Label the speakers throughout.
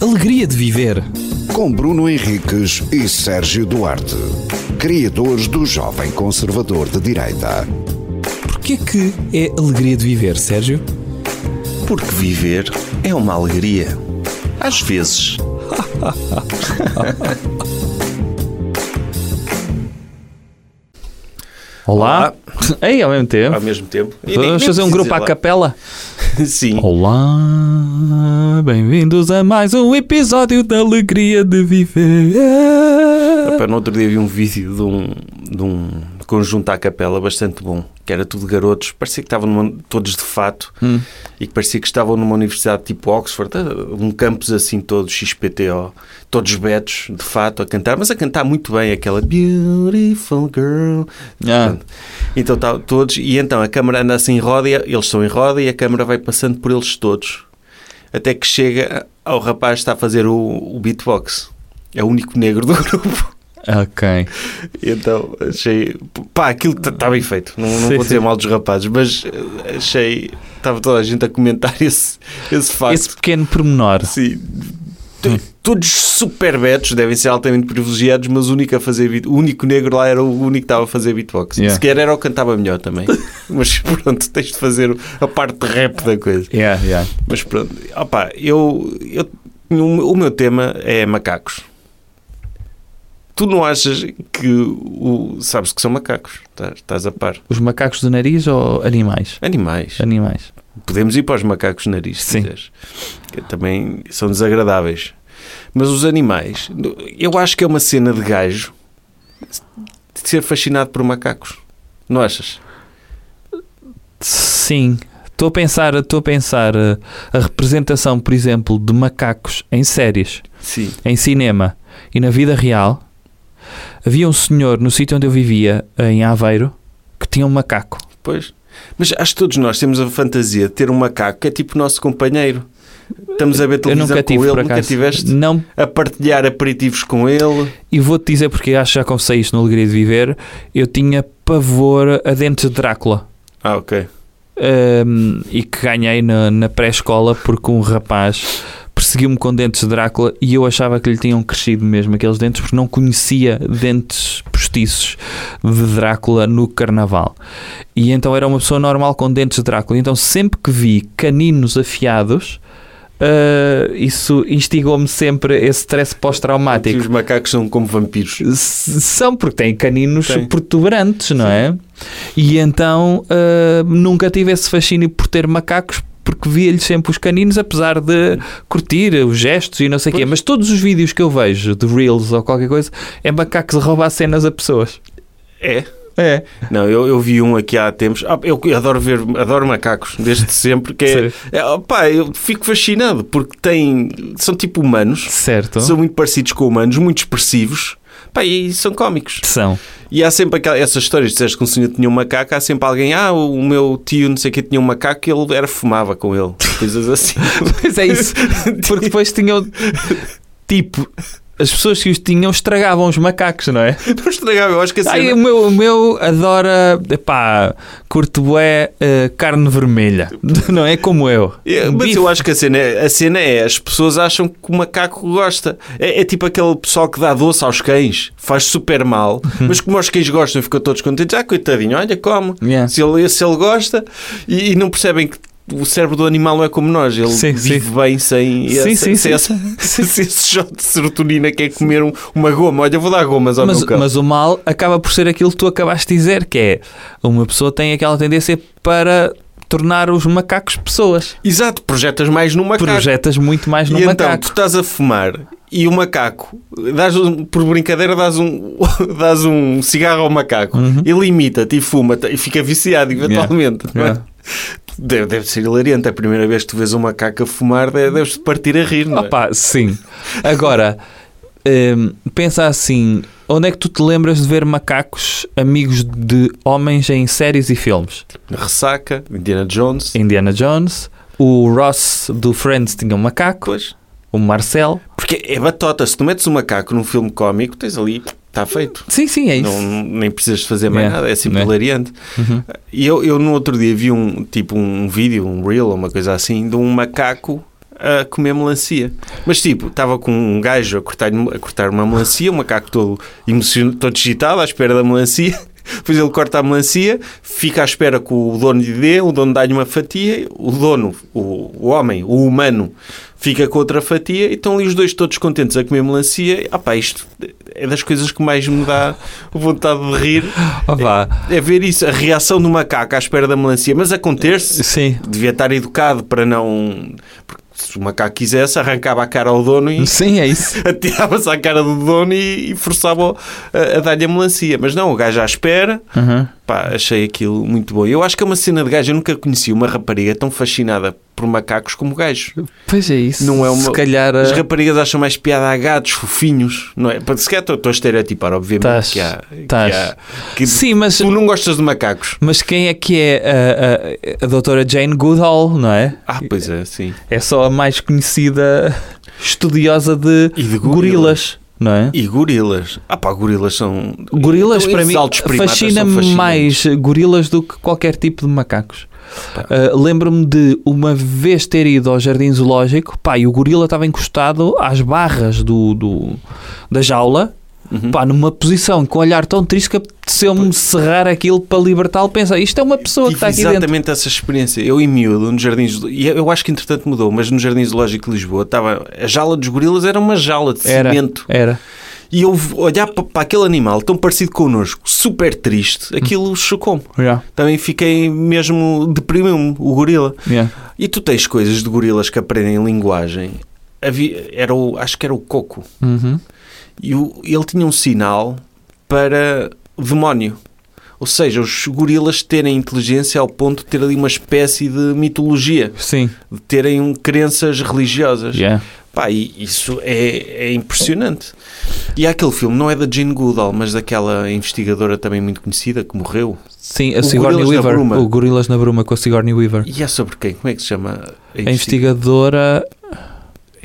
Speaker 1: alegria de viver.
Speaker 2: Com Bruno Henriques e Sérgio Duarte, criadores do Jovem Conservador de Direita.
Speaker 1: Porquê que é alegria de viver, Sérgio?
Speaker 3: Porque viver é uma alegria. Às vezes.
Speaker 4: Olá. Ei, ao mesmo tempo.
Speaker 3: Ao mesmo tempo. E nem-
Speaker 4: Vamos
Speaker 3: nem
Speaker 4: fazer um
Speaker 3: preciso
Speaker 4: grupo
Speaker 3: dizer
Speaker 4: à
Speaker 3: lá.
Speaker 4: capela?
Speaker 3: Sim.
Speaker 4: Olá, bem-vindos a mais um episódio da Alegria de Viver.
Speaker 3: Para no outro dia vi um vídeo de um, de um conjunto à capela bastante bom, que era tudo garotos, parecia que estavam numa- todos de fato
Speaker 4: Hum.
Speaker 3: e que parecia que estavam numa universidade tipo Oxford, um campus assim todo XPTO, todos betos de fato a cantar, mas a cantar muito bem aquela Beautiful Girl.
Speaker 4: Ah,
Speaker 3: Então tá, todos, e então a câmara anda assim em roda, e eles estão em roda e a câmara vai passando por eles todos, até que chega ao rapaz que está a fazer o, o beatbox. É o único negro do grupo.
Speaker 4: ok.
Speaker 3: Então achei. Pá, aquilo está bem feito. Não, não
Speaker 4: Sim,
Speaker 3: vou dizer
Speaker 4: sim.
Speaker 3: mal dos rapazes, mas eh, achei. Estava toda a gente a comentar esse, esse facto.
Speaker 4: Esse pequeno pormenor.
Speaker 3: Sim. T- Todos super betos, devem ser altamente privilegiados, mas o único a fazer beat, o único negro lá era o único que estava a fazer beatbox.
Speaker 4: Yeah.
Speaker 3: Sequer era o que cantava melhor também. mas pronto, tens de fazer a parte de rap da coisa.
Speaker 4: Yeah, yeah.
Speaker 3: Mas pronto, opá, eu, eu o meu tema é macacos. Tu não achas que o, sabes que são macacos? Estás, estás a par.
Speaker 4: Os macacos do nariz ou animais?
Speaker 3: Animais.
Speaker 4: Animais.
Speaker 3: Podemos ir para os macacos nariz, se
Speaker 4: Sim.
Speaker 3: quiseres. Que também são desagradáveis. Mas os animais, eu acho que é uma cena de gajo de ser fascinado por macacos. Não achas?
Speaker 4: Sim. Estou a pensar, estou a pensar eh, a representação, por exemplo, de macacos em séries.
Speaker 3: Sim.
Speaker 4: em cinema e na vida real, havia um senhor no sítio onde eu vivia, em Aveiro, que tinha um macaco.
Speaker 3: Pois. Mas acho que todos nós temos a fantasia de ter um macaco que é tipo o nosso companheiro. Estamos a é ver
Speaker 4: Eu
Speaker 3: televisão
Speaker 4: nunca tive,
Speaker 3: com ele,
Speaker 4: por
Speaker 3: nunca
Speaker 4: acaso.
Speaker 3: tiveste
Speaker 4: Não,
Speaker 3: a partilhar aperitivos com ele.
Speaker 4: e vou-te dizer porque acho que já confessei isto no Alegria de Viver. Eu tinha pavor a dentes de Drácula.
Speaker 3: Ah, ok.
Speaker 4: Ahm, e que ganhei na, na pré-escola porque um rapaz perseguiu-me com dentes de Drácula e eu achava que lhe tinham crescido mesmo aqueles dentes porque não conhecia dentes postiços de Drácula no carnaval. E então era uma pessoa normal com dentes de Drácula. Então sempre que vi caninos afiados, ah, isso instigou-me sempre esse stress
Speaker 3: Que
Speaker 4: pós-traumático.
Speaker 3: os macacos são como vampiros.
Speaker 4: S- São, porque têm caninos
Speaker 3: Tem.
Speaker 4: protuberantes, não é? E então ah, nunca tive esse fascínio por ter macacos, porque via-lhes sempre os caninos, apesar de curtir os gestos e não sei o quê. Mas todos os vídeos que eu vejo de Reels ou qualquer coisa, é macacos a roubar cenas a pessoas.
Speaker 3: É.
Speaker 4: É.
Speaker 3: Não, eu, eu vi um aqui há tempos. Ah, eu adoro ver, adoro macacos, desde sempre. Que é,
Speaker 4: Sim.
Speaker 3: é, opá, eu fico fascinado porque têm, são tipo humanos,
Speaker 4: Certo.
Speaker 3: são muito parecidos com humanos, muito expressivos. Pá, e são cómicos.
Speaker 4: São.
Speaker 3: E há sempre aquela, essas histórias, disseste que um senhor tinha um macaco, há sempre alguém, ah, o meu tio não sei o que tinha um macaco e ele era fumava com ele. Coisas assim.
Speaker 4: Pois é isso. Porque depois tinham. Tipo. As pessoas que os tinham estragavam os macacos, não é?
Speaker 3: não estragava, eu acho que a
Speaker 4: Ai, o,
Speaker 3: cena...
Speaker 4: meu, o meu adora, epá, curto bué eh, carne vermelha. Não é como eu.
Speaker 3: É, mas
Speaker 4: Bife.
Speaker 3: eu acho que a cena, é- a cena é, as pessoas acham que o macaco gosta. É, é tipo aquele pessoal que dá doce aos cães, faz super mal, mas como os cães gostam e ficam todos contentes, ah, coitadinho, olha como.
Speaker 4: Yeah.
Speaker 3: Se, ele, é, se ele gosta e, e não percebem que o cérebro do animal não é como nós, ele
Speaker 4: Sim,
Speaker 3: vive bem sem,
Speaker 4: Sim,
Speaker 3: sem,
Speaker 4: sim,
Speaker 3: sem
Speaker 4: sim.
Speaker 3: essa- se esse shot de serotonina quer comer um- uma goma, olha, vou dar gomas ao
Speaker 4: Mas,
Speaker 3: meu cão.
Speaker 4: mas o mal acaba por ser aquilo que tu acabaste de dizer, que é uma pessoa tem aquela tendência para tornar os macacos pessoas.
Speaker 3: Exato, projetas mais no macaco.
Speaker 4: Projetas muito mais
Speaker 3: e
Speaker 4: no
Speaker 3: então, tu
Speaker 4: macaco.
Speaker 3: estás a fumar e o macaco, dás um- por brincadeira, dás um, dás um cigarro ao macaco.
Speaker 4: Uhum.
Speaker 3: Ele imita-te e fuma-te e fica viciado eventualmente. não é?
Speaker 4: Yeah.
Speaker 3: Deve, deve ser hilariante. A primeira vez que tu vês um macaco a fumar, de- deves-te partir a rir, não é?
Speaker 4: Opa, sim. Agora, hum, pensa assim, onde é que tu te lembras de ver macacos amigos de homens em séries e filmes?
Speaker 3: Ressaca, Indiana Jones.
Speaker 4: Indiana Jones, o Ross do Friends tinha um macaco,
Speaker 3: Pois.
Speaker 4: o Marcel.
Speaker 3: Porque é batota. Se tu metes um macaco num filme cómico, tens ali, está feito.
Speaker 4: Sim, sim, é isso.
Speaker 3: Não, nem precisas de fazer mais
Speaker 4: Yeah.
Speaker 3: nada, é sempre
Speaker 4: Yeah.
Speaker 3: hilariante.
Speaker 4: Uhum.
Speaker 3: E eu, eu no outro dia vi um tipo um vídeo, um reel, uma coisa assim, de um macaco a comer melancia. Mas tipo, estava com um gajo a cortar, a cortar uma melancia, um macaco todo emocionado, todo digitado à espera da melancia. Depois ele corta a melancia, fica à espera que o dono lhe dê, o dono dá-lhe uma fatia, o dono, o, o homem, o humano, fica com outra fatia e estão ali os dois todos contentes a comer melancia. Ah pá, isto é das coisas que mais me dá vontade de rir.
Speaker 4: Oh, vá.
Speaker 3: É ver isso, a reação do macaco à espera da melancia. Mas acontece,
Speaker 4: Sim.
Speaker 3: devia estar educado para não. porque se o macaco quisesse, arrancava a cara ao dono e
Speaker 4: Sim, é isso.
Speaker 3: atirava-se à cara do dono e, e forçava-o a, a dar-lhe a melancia. Mas não, o gajo à espera.
Speaker 4: Uhum.
Speaker 3: Pá, achei aquilo muito bom. Eu acho que é uma cena de gajo. Eu nunca conheci uma rapariga tão fascinada por macacos como gajo.
Speaker 4: Pois é isso.
Speaker 3: Não é uma-
Speaker 4: Se calhar... uh,
Speaker 3: As
Speaker 4: a-
Speaker 3: raparigas acham mais piada a gatos fofinhos, não é? Pá, Se calhar estou estou a estereotipar, obviamente,
Speaker 4: Tás,
Speaker 3: que há...
Speaker 4: tás.
Speaker 3: Que há que
Speaker 4: Sim, mas...
Speaker 3: Tu não gostas de macacos?
Speaker 4: Mas quem é que é a, a, a doutora Jane Goodall, não é?
Speaker 3: Ah, pois é, sim.
Speaker 4: É só a mais conhecida estudiosa de,
Speaker 3: E de
Speaker 4: gorilas, não é?
Speaker 3: E gorilas. Ah pá, gorilas são...
Speaker 4: Gorilas,
Speaker 3: Então,
Speaker 4: para
Speaker 3: esses
Speaker 4: mim,
Speaker 3: altos primatas são
Speaker 4: fascina-me
Speaker 3: fascinantes.
Speaker 4: mais gorilas do que qualquer tipo de macacos. Ah, Lembro-me de uma vez ter ido ao jardim zoológico, pá, e o gorila estava encostado às barras do, do- da jaula,
Speaker 3: Uhum.
Speaker 4: pá, numa posição com um olhar tão triste que apeteceu-me serrar aquilo para libertá-lo. Pensar, isto é uma pessoa que está
Speaker 3: Tive
Speaker 4: aqui
Speaker 3: exatamente
Speaker 4: dentro.
Speaker 3: essa experiência. Eu em miúdo, no Jardim Zool- e eu acho que entretanto mudou, mas no Jardim Zoológico de Lisboa estava a jaula dos gorilas era uma jaula de
Speaker 4: Era,
Speaker 3: cimento.
Speaker 4: era.
Speaker 3: E eu olhar para, para aquele animal tão parecido connosco, super triste, aquilo chocou-me.
Speaker 4: Já,
Speaker 3: Também fiquei mesmo deprimiu-me, o gorila.
Speaker 4: já.
Speaker 3: E tu tens coisas de gorilas que aprendem linguagem. Havia, era o, acho que era o coco.
Speaker 4: Uhum.
Speaker 3: E o- ele tinha um sinal para demónio. Ou seja, os gorilas terem inteligência ao ponto de ter ali uma espécie de mitologia,
Speaker 4: Sim,
Speaker 3: de terem um, crenças religiosas.
Speaker 4: já.
Speaker 3: Pá, e isso é, é impressionante. E há aquele filme, não é da Jane Goodall, mas daquela investigadora também muito conhecida que morreu.
Speaker 4: Sim, a
Speaker 3: O
Speaker 4: Sigourney
Speaker 3: Gorilas na
Speaker 4: Weaver.
Speaker 3: Bruma.
Speaker 4: O Gorilas na Bruma com a Sigourney Weaver.
Speaker 3: E é sobre quem? Como é que se chama?
Speaker 4: A investigadora.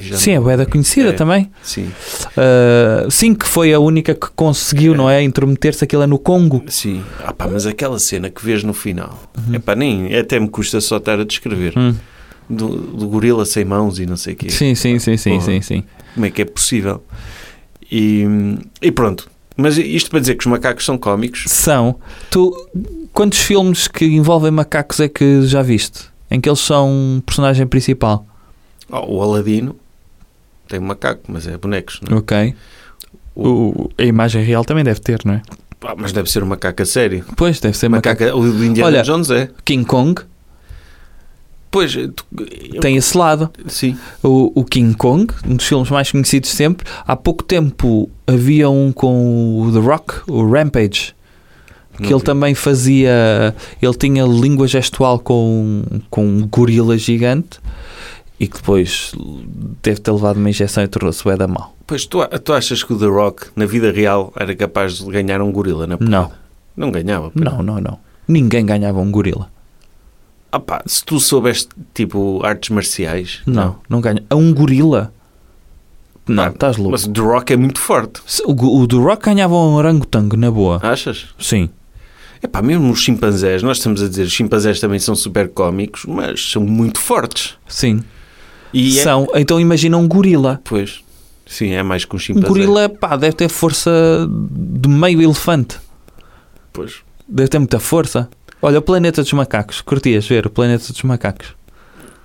Speaker 3: Já
Speaker 4: Sim, é
Speaker 3: não-
Speaker 4: boeda conhecida
Speaker 3: É.
Speaker 4: também.
Speaker 3: Sim,
Speaker 4: Uh, sim, que foi a única que conseguiu, não é? Intrometer-se aquilo é no Congo.
Speaker 3: sim. Ah, pá, mas aquela cena que vês no final,
Speaker 4: Uhum.
Speaker 3: é pá, nem, até me custa só estar a descrever.
Speaker 4: Hum.
Speaker 3: do, do gorila sem mãos e não sei o quê.
Speaker 4: Sim, sim, sim, sim,
Speaker 3: Porra.
Speaker 4: sim, sim.
Speaker 3: Como é que é possível? E, e pronto. Mas isto para dizer que os macacos são cómicos.
Speaker 4: São. Tu, quantos filmes que envolvem macacos é que já viste? Em que eles são um personagem principal.
Speaker 3: Oh, o Aladino tem um macaco, mas é bonecos. Não é?
Speaker 4: Ok. O- a imagem real também deve ter, não é?
Speaker 3: Pá, mas deve ser um macaco a sério.
Speaker 4: Pois, deve ser macaco.
Speaker 3: Macaca, o de Indiana
Speaker 4: Olha.
Speaker 3: Jones é.
Speaker 4: King Kong
Speaker 3: Pois, tu- eu-
Speaker 4: tem esse lado.
Speaker 3: sim.
Speaker 4: o, o King Kong, um dos filmes mais conhecidos sempre. Há pouco tempo havia um com o The Rock, o Rampage, que
Speaker 3: Não
Speaker 4: ele
Speaker 3: vi.
Speaker 4: também fazia. Ele tinha língua gestual com, com um gorila gigante e que depois deve ter levado uma injeção e tornou-se o Eda mal.
Speaker 3: Pois tu, a- tu achas que o The Rock, na vida real, era capaz de ganhar um gorila na porrada?
Speaker 4: Não,
Speaker 3: Não ganhava. pá.
Speaker 4: não, não, não. Ninguém ganhava um gorila.
Speaker 3: Ah, pá, se tu soubeste, tipo, artes marciais.
Speaker 4: Não, não ganha. A um gorila? Não,
Speaker 3: Pá,
Speaker 4: estás louco.
Speaker 3: Mas o The Rock é muito forte.
Speaker 4: Se- O, o The Rock ganhava um orangotango, na boa.
Speaker 3: Achas?
Speaker 4: Sim.
Speaker 3: É pá, mesmo os chimpanzés, nós estamos a dizer, os chimpanzés também são super cómicos, mas são muito fortes.
Speaker 4: Sim.
Speaker 3: E é-
Speaker 4: São. Então imagina um gorila.
Speaker 3: pois, sim, é mais que um
Speaker 4: Um
Speaker 3: chimpanzé.
Speaker 4: gorila, pá, deve ter força de meio elefante.
Speaker 3: Pois.
Speaker 4: Deve ter muita força. Olha, o Planeta dos Macacos. Curtias ver o Planeta dos Macacos?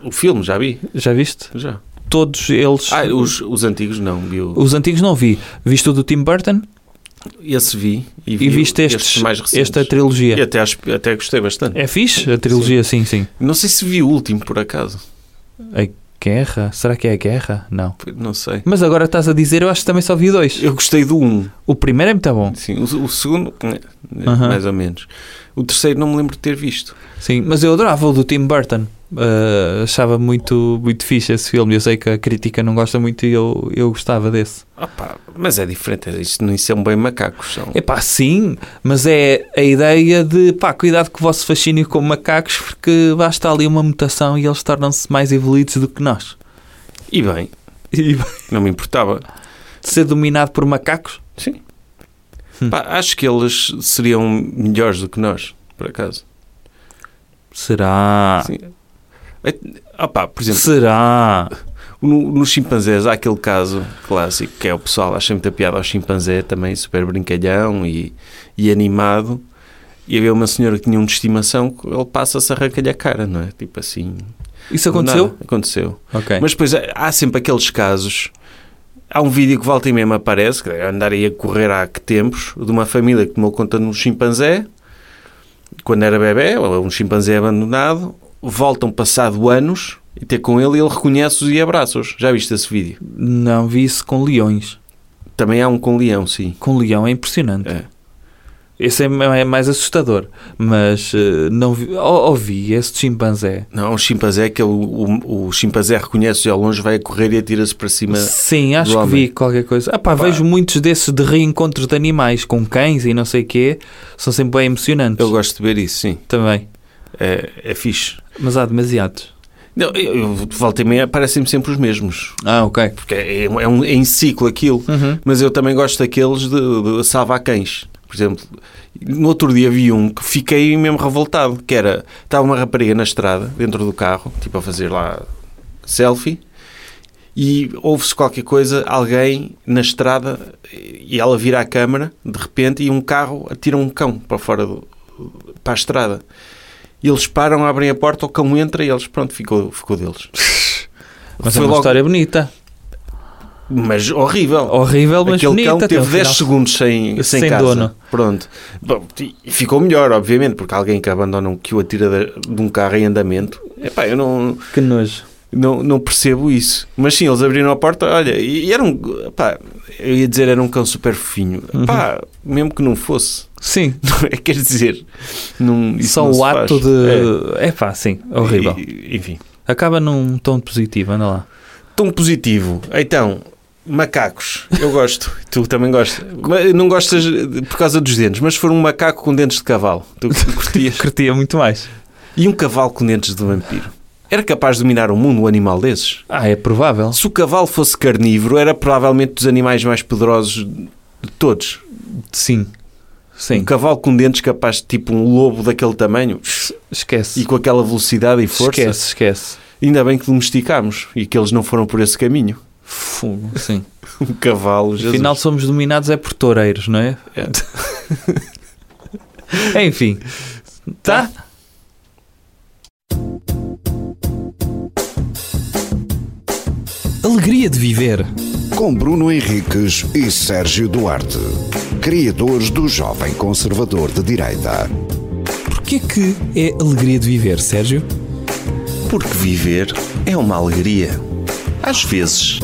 Speaker 3: O filme, já vi,
Speaker 4: Já viste?
Speaker 3: já.
Speaker 4: Todos eles...
Speaker 3: Ah, os, os antigos não, vi o-
Speaker 4: Os antigos não vi. Viste o do Tim Burton
Speaker 3: esse vi. E,
Speaker 4: e
Speaker 3: vi
Speaker 4: viste
Speaker 3: estes
Speaker 4: estes,
Speaker 3: mais recentes.
Speaker 4: esta trilogia.
Speaker 3: E até, acho- até gostei bastante.
Speaker 4: É fixe a trilogia, sim, sim.
Speaker 3: Não sei se vi o último, por acaso.
Speaker 4: Guerra? Será que é a guerra? Não.
Speaker 3: Não sei.
Speaker 4: Mas agora estás a dizer, eu acho que também só vi dois.
Speaker 3: Eu gostei do um.
Speaker 4: O primeiro é muito bom.
Speaker 3: Sim, o, o segundo, né,
Speaker 4: Aham.
Speaker 3: mais ou menos. O terceiro não me lembro de ter visto.
Speaker 4: Sim, mas eu adorava o do Tim Burton. Ah, achava muito, muito fixe esse filme. Eu sei que a crítica não gosta muito e eu, eu gostava desse.
Speaker 3: Ah, pá, mas é diferente, isto não são bem macacos, são...
Speaker 4: É pá, sim, mas é a ideia de pá, cuidado com o vosso fascínio com macacos, porque basta ali uma mutação e eles tornam-se mais evoluídos do que nós.
Speaker 3: E bem,
Speaker 4: E
Speaker 3: não me importava.
Speaker 4: ser dominado por macacos?
Speaker 3: Sim.
Speaker 4: Hum.
Speaker 3: Pá, acho que eles seriam melhores do que nós, por acaso.
Speaker 4: Será?
Speaker 3: Sim. É- ah pá, por exemplo,
Speaker 4: Será?
Speaker 3: No- nos chimpanzés há aquele caso clássico que é o pessoal acha muita piada ao chimpanzé, também super brincalhão e, e animado. E havia uma senhora que tinha um de estimação, que ele passa-se a arrancar-lhe a cara, não é? Tipo assim.
Speaker 4: Isso
Speaker 3: do
Speaker 4: aconteceu?
Speaker 3: nada. Aconteceu.
Speaker 4: Ok.
Speaker 3: Mas depois eh, há- há sempre aqueles casos. Há um vídeo que volta e mesmo aparece, que andaria a correr há que tempos, de uma família que tomou conta de um chimpanzé, quando era bebê, ou um chimpanzé abandonado, voltam passado anos e ter com ele e ele reconhece-os e abraça-os. Já viste esse vídeo?
Speaker 4: Não, vi isso com leões.
Speaker 3: Também há um com leão, sim.
Speaker 4: Com leão é impressionante.
Speaker 3: É.
Speaker 4: Esse é, ma- é mais assustador. Mas eh, não vi, ou- ouvi esse de chimpanzé.
Speaker 3: Não, o chimpanzé que ele- o, o chimpanzé reconhece-os e ao longe vai a correr e atira-se para cima.
Speaker 4: Sim, acho
Speaker 3: do
Speaker 4: que
Speaker 3: homem.
Speaker 4: vi qualquer coisa. Ah, pá, vejo muitos desses de reencontros de animais com cães e não sei o quê. São sempre bem emocionantes.
Speaker 3: Eu gosto de ver isso, sim.
Speaker 4: Também.
Speaker 3: É, é fixe.
Speaker 4: Mas há demasiados.
Speaker 3: Não, eu, eu, volta e meia aparecem-me sempre os mesmos.
Speaker 4: Ah, ok.
Speaker 3: porque é, é um- é um, é em ciclo aquilo.
Speaker 4: Uhum.
Speaker 3: Mas eu também gosto daqueles de, de salvar cães. Por exemplo, no outro dia vi um que fiquei mesmo revoltado, que era, estava uma rapariga na estrada, dentro do carro, tipo a fazer lá selfie, e ouve-se qualquer coisa, alguém na estrada, e ela vira a câmara, de repente, e um carro atira um cão para fora, do- para a estrada. E eles param, abrem a porta, o cão entra e eles, pronto, ficou, ficou deles.
Speaker 4: Mas
Speaker 3: Foi
Speaker 4: é uma
Speaker 3: logo-
Speaker 4: história bonita.
Speaker 3: Mas horrível.
Speaker 4: Horrível, mas
Speaker 3: Aquele
Speaker 4: bonita.
Speaker 3: cão
Speaker 4: até
Speaker 3: teve
Speaker 4: ao
Speaker 3: 10
Speaker 4: final.
Speaker 3: segundos sem, sem,
Speaker 4: Sem
Speaker 3: casa.
Speaker 4: dono.
Speaker 3: Pronto. Bom, e- e ficou melhor, obviamente, porque alguém que abandona, um- que o atira de, de um carro em andamento. Epá, eu não,
Speaker 4: Que nojo.
Speaker 3: não, não percebo isso. Mas sim, eles abriram a porta, olha, e, e era um. Epá, eu ia dizer era um cão super fofinho.
Speaker 4: Uhum.
Speaker 3: Epá, mesmo que não fosse.
Speaker 4: Sim.
Speaker 3: É, Quer dizer, não, isso
Speaker 4: Só
Speaker 3: não
Speaker 4: o
Speaker 3: se
Speaker 4: ato
Speaker 3: faz.
Speaker 4: de. É. pá, sim.
Speaker 3: É.
Speaker 4: Horrível.
Speaker 3: E- enfim.
Speaker 4: Acaba num tom positivo, anda lá.
Speaker 3: Tom positivo. Então, macacos. Eu gosto. tu também gostas. Mas Não gostas de- por causa dos dentes, mas se for um macaco com dentes de cavalo, tu curtias.
Speaker 4: Curtia muito mais.
Speaker 3: e um cavalo com dentes de vampiro. Era capaz de dominar o mundo um animal desses?
Speaker 4: Ah, é provável.
Speaker 3: Se o cavalo fosse carnívoro, era provavelmente dos animais mais poderosos de todos.
Speaker 4: Sim.
Speaker 3: Um
Speaker 4: Sim.
Speaker 3: cavalo com dentes capaz de tipo um lobo daquele tamanho e
Speaker 4: Esquece.
Speaker 3: com aquela velocidade e força.
Speaker 4: Esquece, esquece.
Speaker 3: Ainda bem que domesticámos e que eles não foram por esse caminho.
Speaker 4: Fogo, sim.
Speaker 3: Um cavalo, Jesus.
Speaker 4: Afinal, somos dominados é por toureiros, não é? Enfim. Tá?
Speaker 1: Alegria de viver.
Speaker 2: Com Bruno Henriques e Sérgio Duarte, criadores do Jovem Conservador de Direita.
Speaker 1: Porquê que é alegria de viver, Sérgio?
Speaker 3: Porque viver é uma alegria. Às vezes.